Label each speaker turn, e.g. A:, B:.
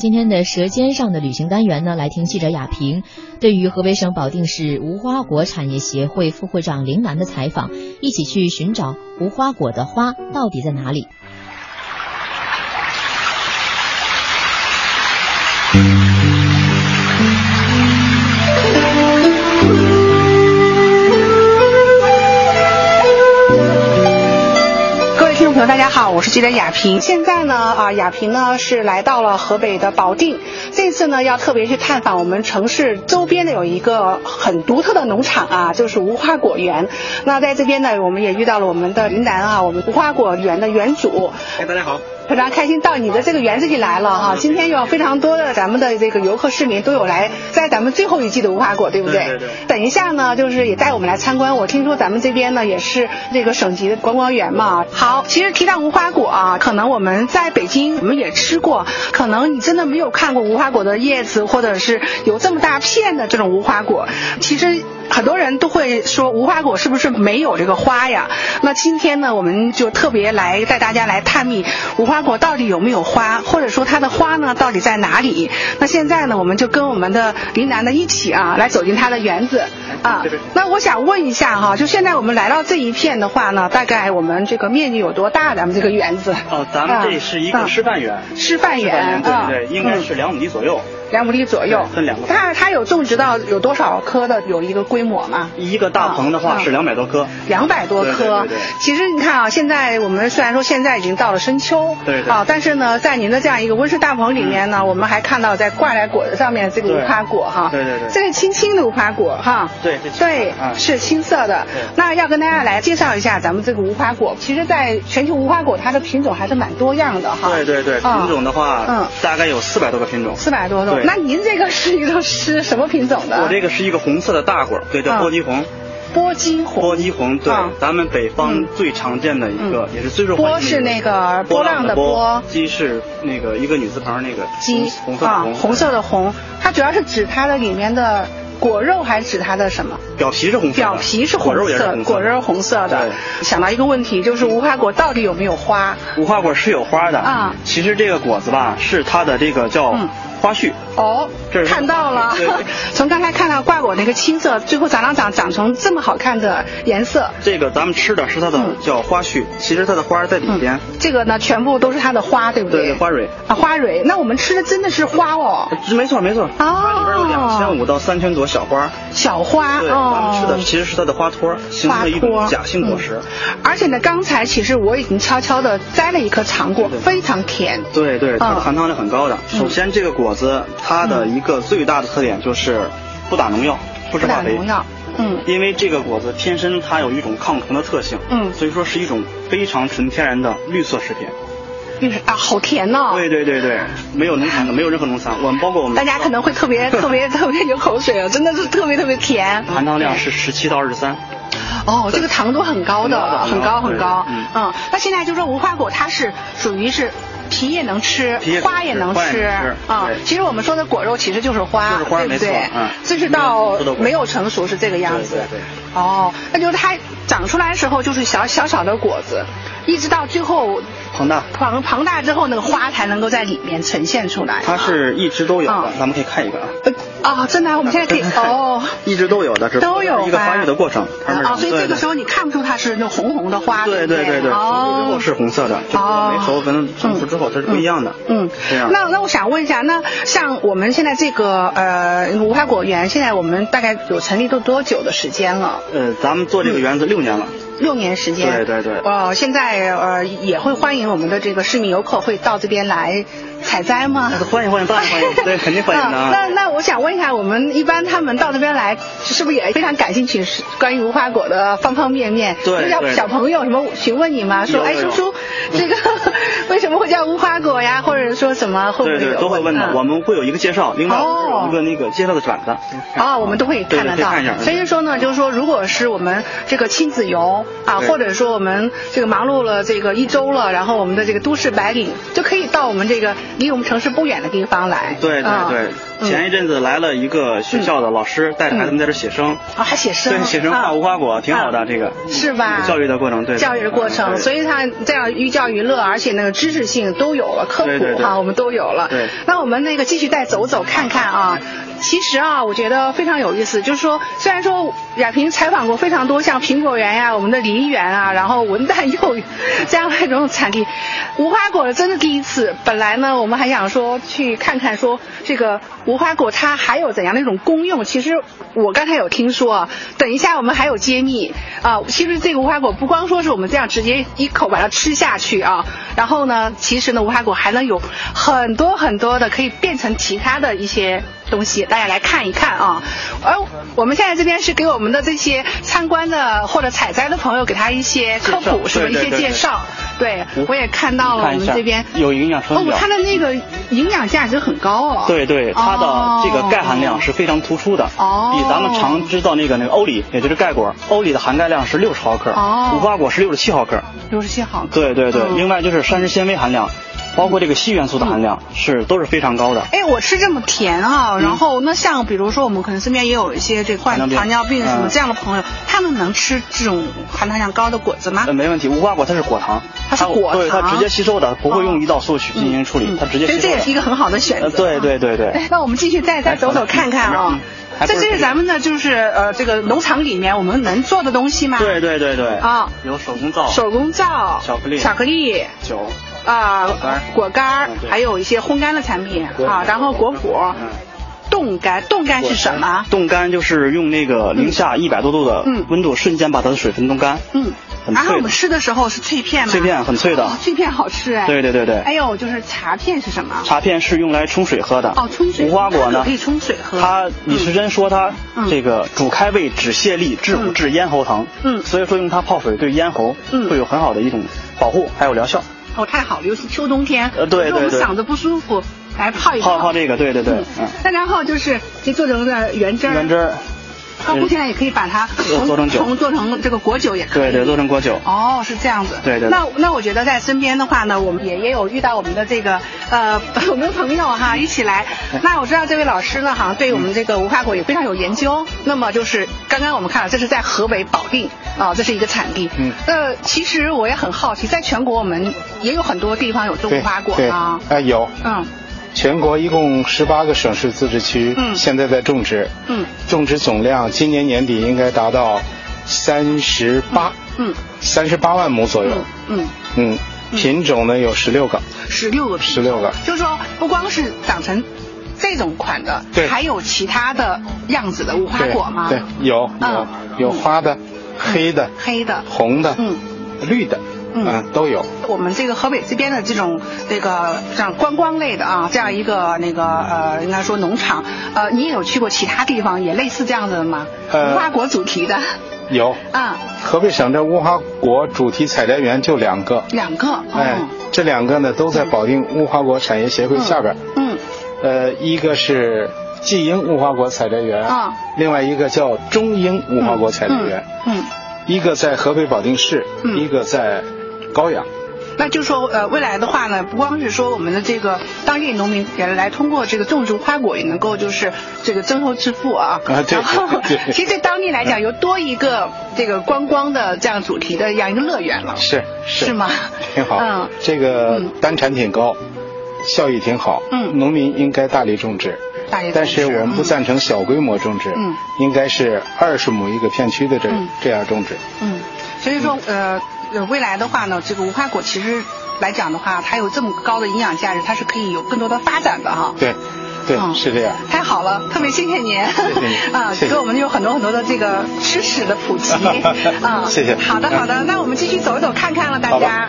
A: 今天的《舌尖上的旅行》单元呢，来听记者雅萍对于河北省保定市无花果产业协会副会长林楠的采访，一起去寻找无花果的花到底在哪里。
B: 朋友，大家好，我是记者雅萍。现在呢，啊，雅萍呢是来到了河北的保定。这次呢，要特别去探访我们城市周边的有一个很独特的农场啊，就是无花果园。那在这边呢，我们也遇到了我们的林楠啊，我们无花果园的园主。
C: 哎，大家好。
B: 非常开心到你的这个园子里来了哈、啊！今天有非常多的咱们的这个游客市民都有来摘咱们最后一季的无花果，嗯对不
C: 对？对对对。
B: 等一下呢，就是也带我们来参观。我听说咱们这边呢也是这个省级的观光园嘛。好，其实提到无花果啊，可能我们在北京我们也吃过，可能你真的没有看过无花果的叶子，或者是有这么大片的这种无花果。其实。很多人都会说无花果是不是没有这个花呀？那今天呢，我们就特别来带大家来探秘无花果到底有没有花，或者说它的花呢到底在哪里？那现在呢，我们就跟我们的林楠呢一起啊，来走进他的园子啊。那我想问一下哈、啊，就现在我们来到这一片的话呢，大概我们这个面积有多大？咱们这个园子？
C: 哦，咱们这是一个师范园。
B: 师啊范啊嗯园，
C: 对对对，应该是两亩地左右。
B: 两亩地左右，
C: 啊分两个。
B: 它它有种植到有多少棵的有一个规模吗？
C: 一个大棚的话是两百多棵。啊
B: 啊、两百多棵。
C: 对对对
B: 其实你看啊，现在我们虽然说现在已经到了深秋，
C: 对
B: 啊，但是呢，在您的这样一个温室大棚里面呢，嗯、我们还看到在挂在果子上面这个无花果哈、啊，
C: 对对对，
B: 这是青青的无花果哈，
C: 对啊嗯
B: 对，是青色的。那要跟大家来介绍一下咱们这个无花果。其实，在全球无花果它的品种还是蛮多样的哈。
C: 对对对，品种的话，嗯，大概有四百多个品种。
B: 啊四百多种。那您这个是一个是什么品种的？
C: 我这个是一个红色的大果，对，
B: 啊
C: 叫波姬红。
B: 波姬红，
C: 波姬红，对，咱们北方最常见的一个，也是最受欢迎。
B: 啊嗯波是那个
C: 波
B: 浪
C: 的
B: 波，
C: 姬是那个一个女字旁那个
B: 姬，
C: 红色的红，
B: 啊红色的红。它主要是指它的里面的果肉，还是指它的什么？
C: 表皮是红色，
B: 表皮是红色，果肉红色的。想到一个问题，就是无花果到底有没有花？
C: 无花果是有花的啊。嗯其实这个果子吧，是它的这个叫。花絮
B: 哦，
C: 这是
B: 看到了。从刚才看到挂果那个青色，最后长长长长成这么好看的颜色。
C: 这个咱们吃的是它的、嗯、叫花絮，其实它的花在里边、嗯。
B: 这个呢，全部都是它的花，对不
C: 对？对，花蕊
B: 啊，花蕊。那我们吃的真的是花哦。
C: 呃没错没错。
B: 哦。
C: 里边有两千五到三千朵小花。
B: 小花
C: 对，
B: 哦、
C: 咱们吃的其实是它的啊花托，形成了一种假性果实、
B: 嗯。而且呢，刚才其实我已经悄悄的摘了一颗尝过，
C: 对对
B: 非常甜。
C: 对对，它的含糖量很高的。首先这个果。果子它的一个最大的特点就是不打农药，不施化肥。
B: 农药，嗯，
C: 因为这个果子天生它有一种抗虫的特性，
B: 嗯，
C: 所以说是一种非常纯天然的绿色食品。
B: 绿色啊，好甜哦！
C: 对对对对，没有农残的，没有任何农残。我们包括我们
B: 大家可能会特 别特别特别流口水啊，真的是特别特别甜。
C: 含糖量是十七到二十三。
B: 哦，这个糖度很高的，很高很高。
C: 嗯，
B: 嗯那现在就说无花果它是属于是。皮也能吃，花
C: 也
B: 能吃啊。其实我们说的果肉其实就是花，对不对？就是到没有成熟是这个样子。哦，那就是它长出来的时候就是小小小的果子，一直到最后
C: 庞大
B: 庞庞大之后，那个花才能够在里面呈现出来。
C: 它是一直都有
B: 哦
C: 的，咱们可以看一个啊。
B: 啊，真的，我们现在 可以哦。
C: 一直都有的，
B: 都有
C: 一个发育的过程。
B: 啊，所以这个时候你看不出它是那红红的花，
C: 对
B: 对
C: 对对，
B: 哦，
C: 之后是红色的，没熟跟成熟之后它是不一样的。
B: 嗯，
C: 这样。
B: 那那我想问一下，那像我们现在这个呃无花果园，现在我们大概有成立都多久的时间了？
C: 呃，咱们做这个园子六年了。
B: 六年时间，
C: 对对对。
B: 哦，现在呃也会欢迎我们的这个市民游客会到这边来采摘吗？
C: 欢迎欢迎，当然欢迎，对，肯定欢迎的。啊
B: 啊那那我想问一下，我们一般他们到这边来，是不是也非常感兴趣？是关于无花果的方方面面？
C: 对。
B: 像小朋友什么询问你吗？说哎叔叔，这个为什么会叫无花果呀？或者说什么会不会有？啊
C: 对对，都会问的。我们会有一个介绍，另外有一个那个介绍的卷子。
B: 哦，我们都会看得到。所以说呢，就是说，如果是我们这个亲子游。啊，或者说我们这个忙碌了这个一周了，然后我们的这个都市白领就可以到我们这个离我们城市不远的地方来。
C: 对对对。
B: 嗯嗯
C: 前一阵子来了一个学校的老师，带着孩子们在这写生，
B: 啊，还写生，
C: 对，写生画
B: 啊
C: 无花果，挺好
B: 啊
C: 的，这个嗯
B: 是吧？
C: 教育的过程，对，
B: 教育的过程，所
C: 以
B: 以它这样寓教于乐，而且那个知识性都有了，科
C: 对对
B: 普
C: 对
B: 哈我们都有了。
C: 对
B: 那我们那个继续再走走看看啊。其实啊，我觉得非常有意思，就是说，虽然说冉平采访过非常多像苹果园呀、我们的梨园啊，然后文旦柚这样的一种产地，无花果真的第一次。本来呢，我们还想说去看看说这个无花果它还有怎样的一种功用。其实我刚才有听说，啊，等一下我们还有揭秘啊。其实这个无花果不光说是我们这样直接一口把它吃下去啊，然后呢，其实呢无花果还能有很多很多的可以变成其他的一些东西，大家来看一看啊。而我们现在这边是给我们的这些参观的或者采摘的朋友给他一些科
C: 介
B: 普，
C: 绍
B: 是吧？
C: 对
B: 一
C: 对
B: 些
C: 对
B: 介绍。对，我也看到了我
C: 看一
B: 们
C: 下
B: 这边
C: 有营养
B: 哦
C: 成，表
B: 它。的那个营养价值很高哦。
C: 对对，它的这个钙含量是非常突出的，
B: 哦
C: 比咱们常知道那个那个欧里，也就是钙果，欧里的含钙量是六十毫克，
B: 哦
C: 无花果是六十七毫克，
B: 六十七毫克。
C: 对对对，
B: 嗯
C: 另外就是膳食纤维含量，包括这个硒元素的含量是都是非常高的。
B: 嗯哎，我吃这么甜啊，然后那像比如说我们可能身边也有一些这患
C: 嗯糖尿
B: 糖尿病
C: 病
B: 什么
C: 嗯
B: 这样的朋友，他们能吃这种含糖量高的果子吗
C: 呃，？没问题。无花果它是果糖，
B: 它是果
C: 对，它
B: 糖哦
C: 直接吸收的，不会用胰岛素去进行处理，
B: 嗯
C: 它直接吸
B: 所
C: 收
B: 以
C: 的。
B: 这也是一个很好的选择。哎
C: 呃，对。对对对。
B: 那我们继续再再走走看看啊
C: 嗯，还不
B: 这
C: 是
B: 这是咱们的就是呃这个农场里面我们能做的东西吗？，
C: 对对对对。
B: 啊
C: 有手工皂、
B: 手工皂、
C: 巧克力
B: 巧克力
C: 酒，
B: 啊
C: 干儿、
B: 果干儿
C: 嗯，对
B: 还有一些烘干的产品
C: 对
B: 啊，然后果脯、
C: 嗯
B: 冻干，冻干是什么？啊
C: 冻干就是用那个零下一百多度的
B: 嗯
C: 温度，瞬间把它的水分冻干。
B: 嗯，
C: 很
B: 然后
C: 脆
B: 我们
C: 的，
B: 吃的时候是脆片吗？
C: 脆片很脆的
B: 哦。脆片好吃哎。
C: 对对对对。
B: 还有就是茶片是什么？
C: 茶片是用来冲水喝的。
B: 哦冲水
C: 无花果呢？
B: 可以冲水喝
C: 它李时珍说它
B: 嗯
C: 这个主开胃、止泻力、治骨质、咽喉疼。
B: 嗯
C: 所以说用它泡水对咽喉
B: 嗯
C: 会有很好的一种保护，还有疗效。
B: 哦，太好了，尤其秋冬天，
C: 呃对
B: 如果我们
C: 对对
B: 嗓子不舒服，来泡一
C: 泡泡这个，对对对，嗯，
B: 那然后就是这做成的原汁儿，哦
C: 原汁儿，嗯
B: 高姑现在也可以把它从
C: 做成酒
B: 从做成这个果酒也可以。
C: 对对，做成果酒。
B: 哦，是这样子。
C: 对对对
B: 那那我觉得在身边的话呢，我们也也有遇到我们的这个呃 我们的朋友哈，一 起来。那我知道这位老师呢，好像对我们这个无花果也非常有研究。那么就是刚刚我们看了，这是在河北保定啊、这是一个产地。
C: 嗯
B: 那其实我也很好奇，在全国我们也有很多地方有种
D: 对
B: 无花果
D: 对
B: 啊。
C: 哎
D: 呃有，
B: 嗯
D: 全国一共十八个省市自治区，
B: 嗯
D: 现在在种植，
B: 嗯
D: 种植总量今年年底应该达到三十八，
B: 嗯
D: 三十八万亩左右，
B: 嗯嗯，
D: 嗯，品种呢有十六个，
B: 十六个品
D: 十六个，
B: 就是说不光是长成这种款的，
D: 对
B: 还有其他的样子的无嗯花果吗？
D: 对，对有有
B: 嗯
D: 有花的，黑的，
B: 黑的，
D: 红的，
B: 嗯，
D: 绿的，
B: 嗯
D: 啊都有，
B: 我们这个河北这边的这种这个这样观光类的啊，这样一个那个呃，应该说农场，呃，你也有去过其他地方也类似这样子的吗？
D: 呃
B: 无花果主题的，
D: 有。
B: 啊，
D: 河北省这无花果主题采摘园就两个，
B: 两个，哦、
D: 哎，这两个呢都在保定无花果产业协会下边儿。
B: 嗯，
D: 呃，一个是季英无花果采摘园，
B: 啊
D: 另外一个叫中英无花果采摘园，
B: 嗯，
D: 一个在河北保定市，
B: 嗯
D: 一个在高阳。
B: 那就说呃，未来的话呢，不光是说我们的这个当地农民也来通过这个种植无花果，也能够就是这个增收致富啊。
D: 啊对
B: 然后
D: 对对
B: 其实对当地来讲，又多一个这个观光的这样主题的这样一个乐园了。
D: 是
B: 是吗
D: 挺好。
B: 嗯
D: 这个
B: 嗯
D: 单产挺高，效益挺好。
B: 嗯
D: 农民应该大力种植。
B: 大力种植
D: 但是我们不赞成小规模种植，
B: 嗯，
D: 应该是二十亩一个片区的这、
B: 嗯
D: 这样种植。
B: 嗯，所以说呃，呃未来的话呢，这个无花果其实来讲的话，它有这么高的营养价值，它是可以有更多的发展的哈。
D: 对，对，
B: 嗯
D: 是这样。
B: 太好了，特别谢谢您
D: 谢你
B: 啊，
D: 谢谢
B: 给我们有很多很多的 这个知识的普及啊。
D: 谢谢
B: 好的，好的，那我们继续走一走看看了，大
D: 好
B: 家
D: 吧。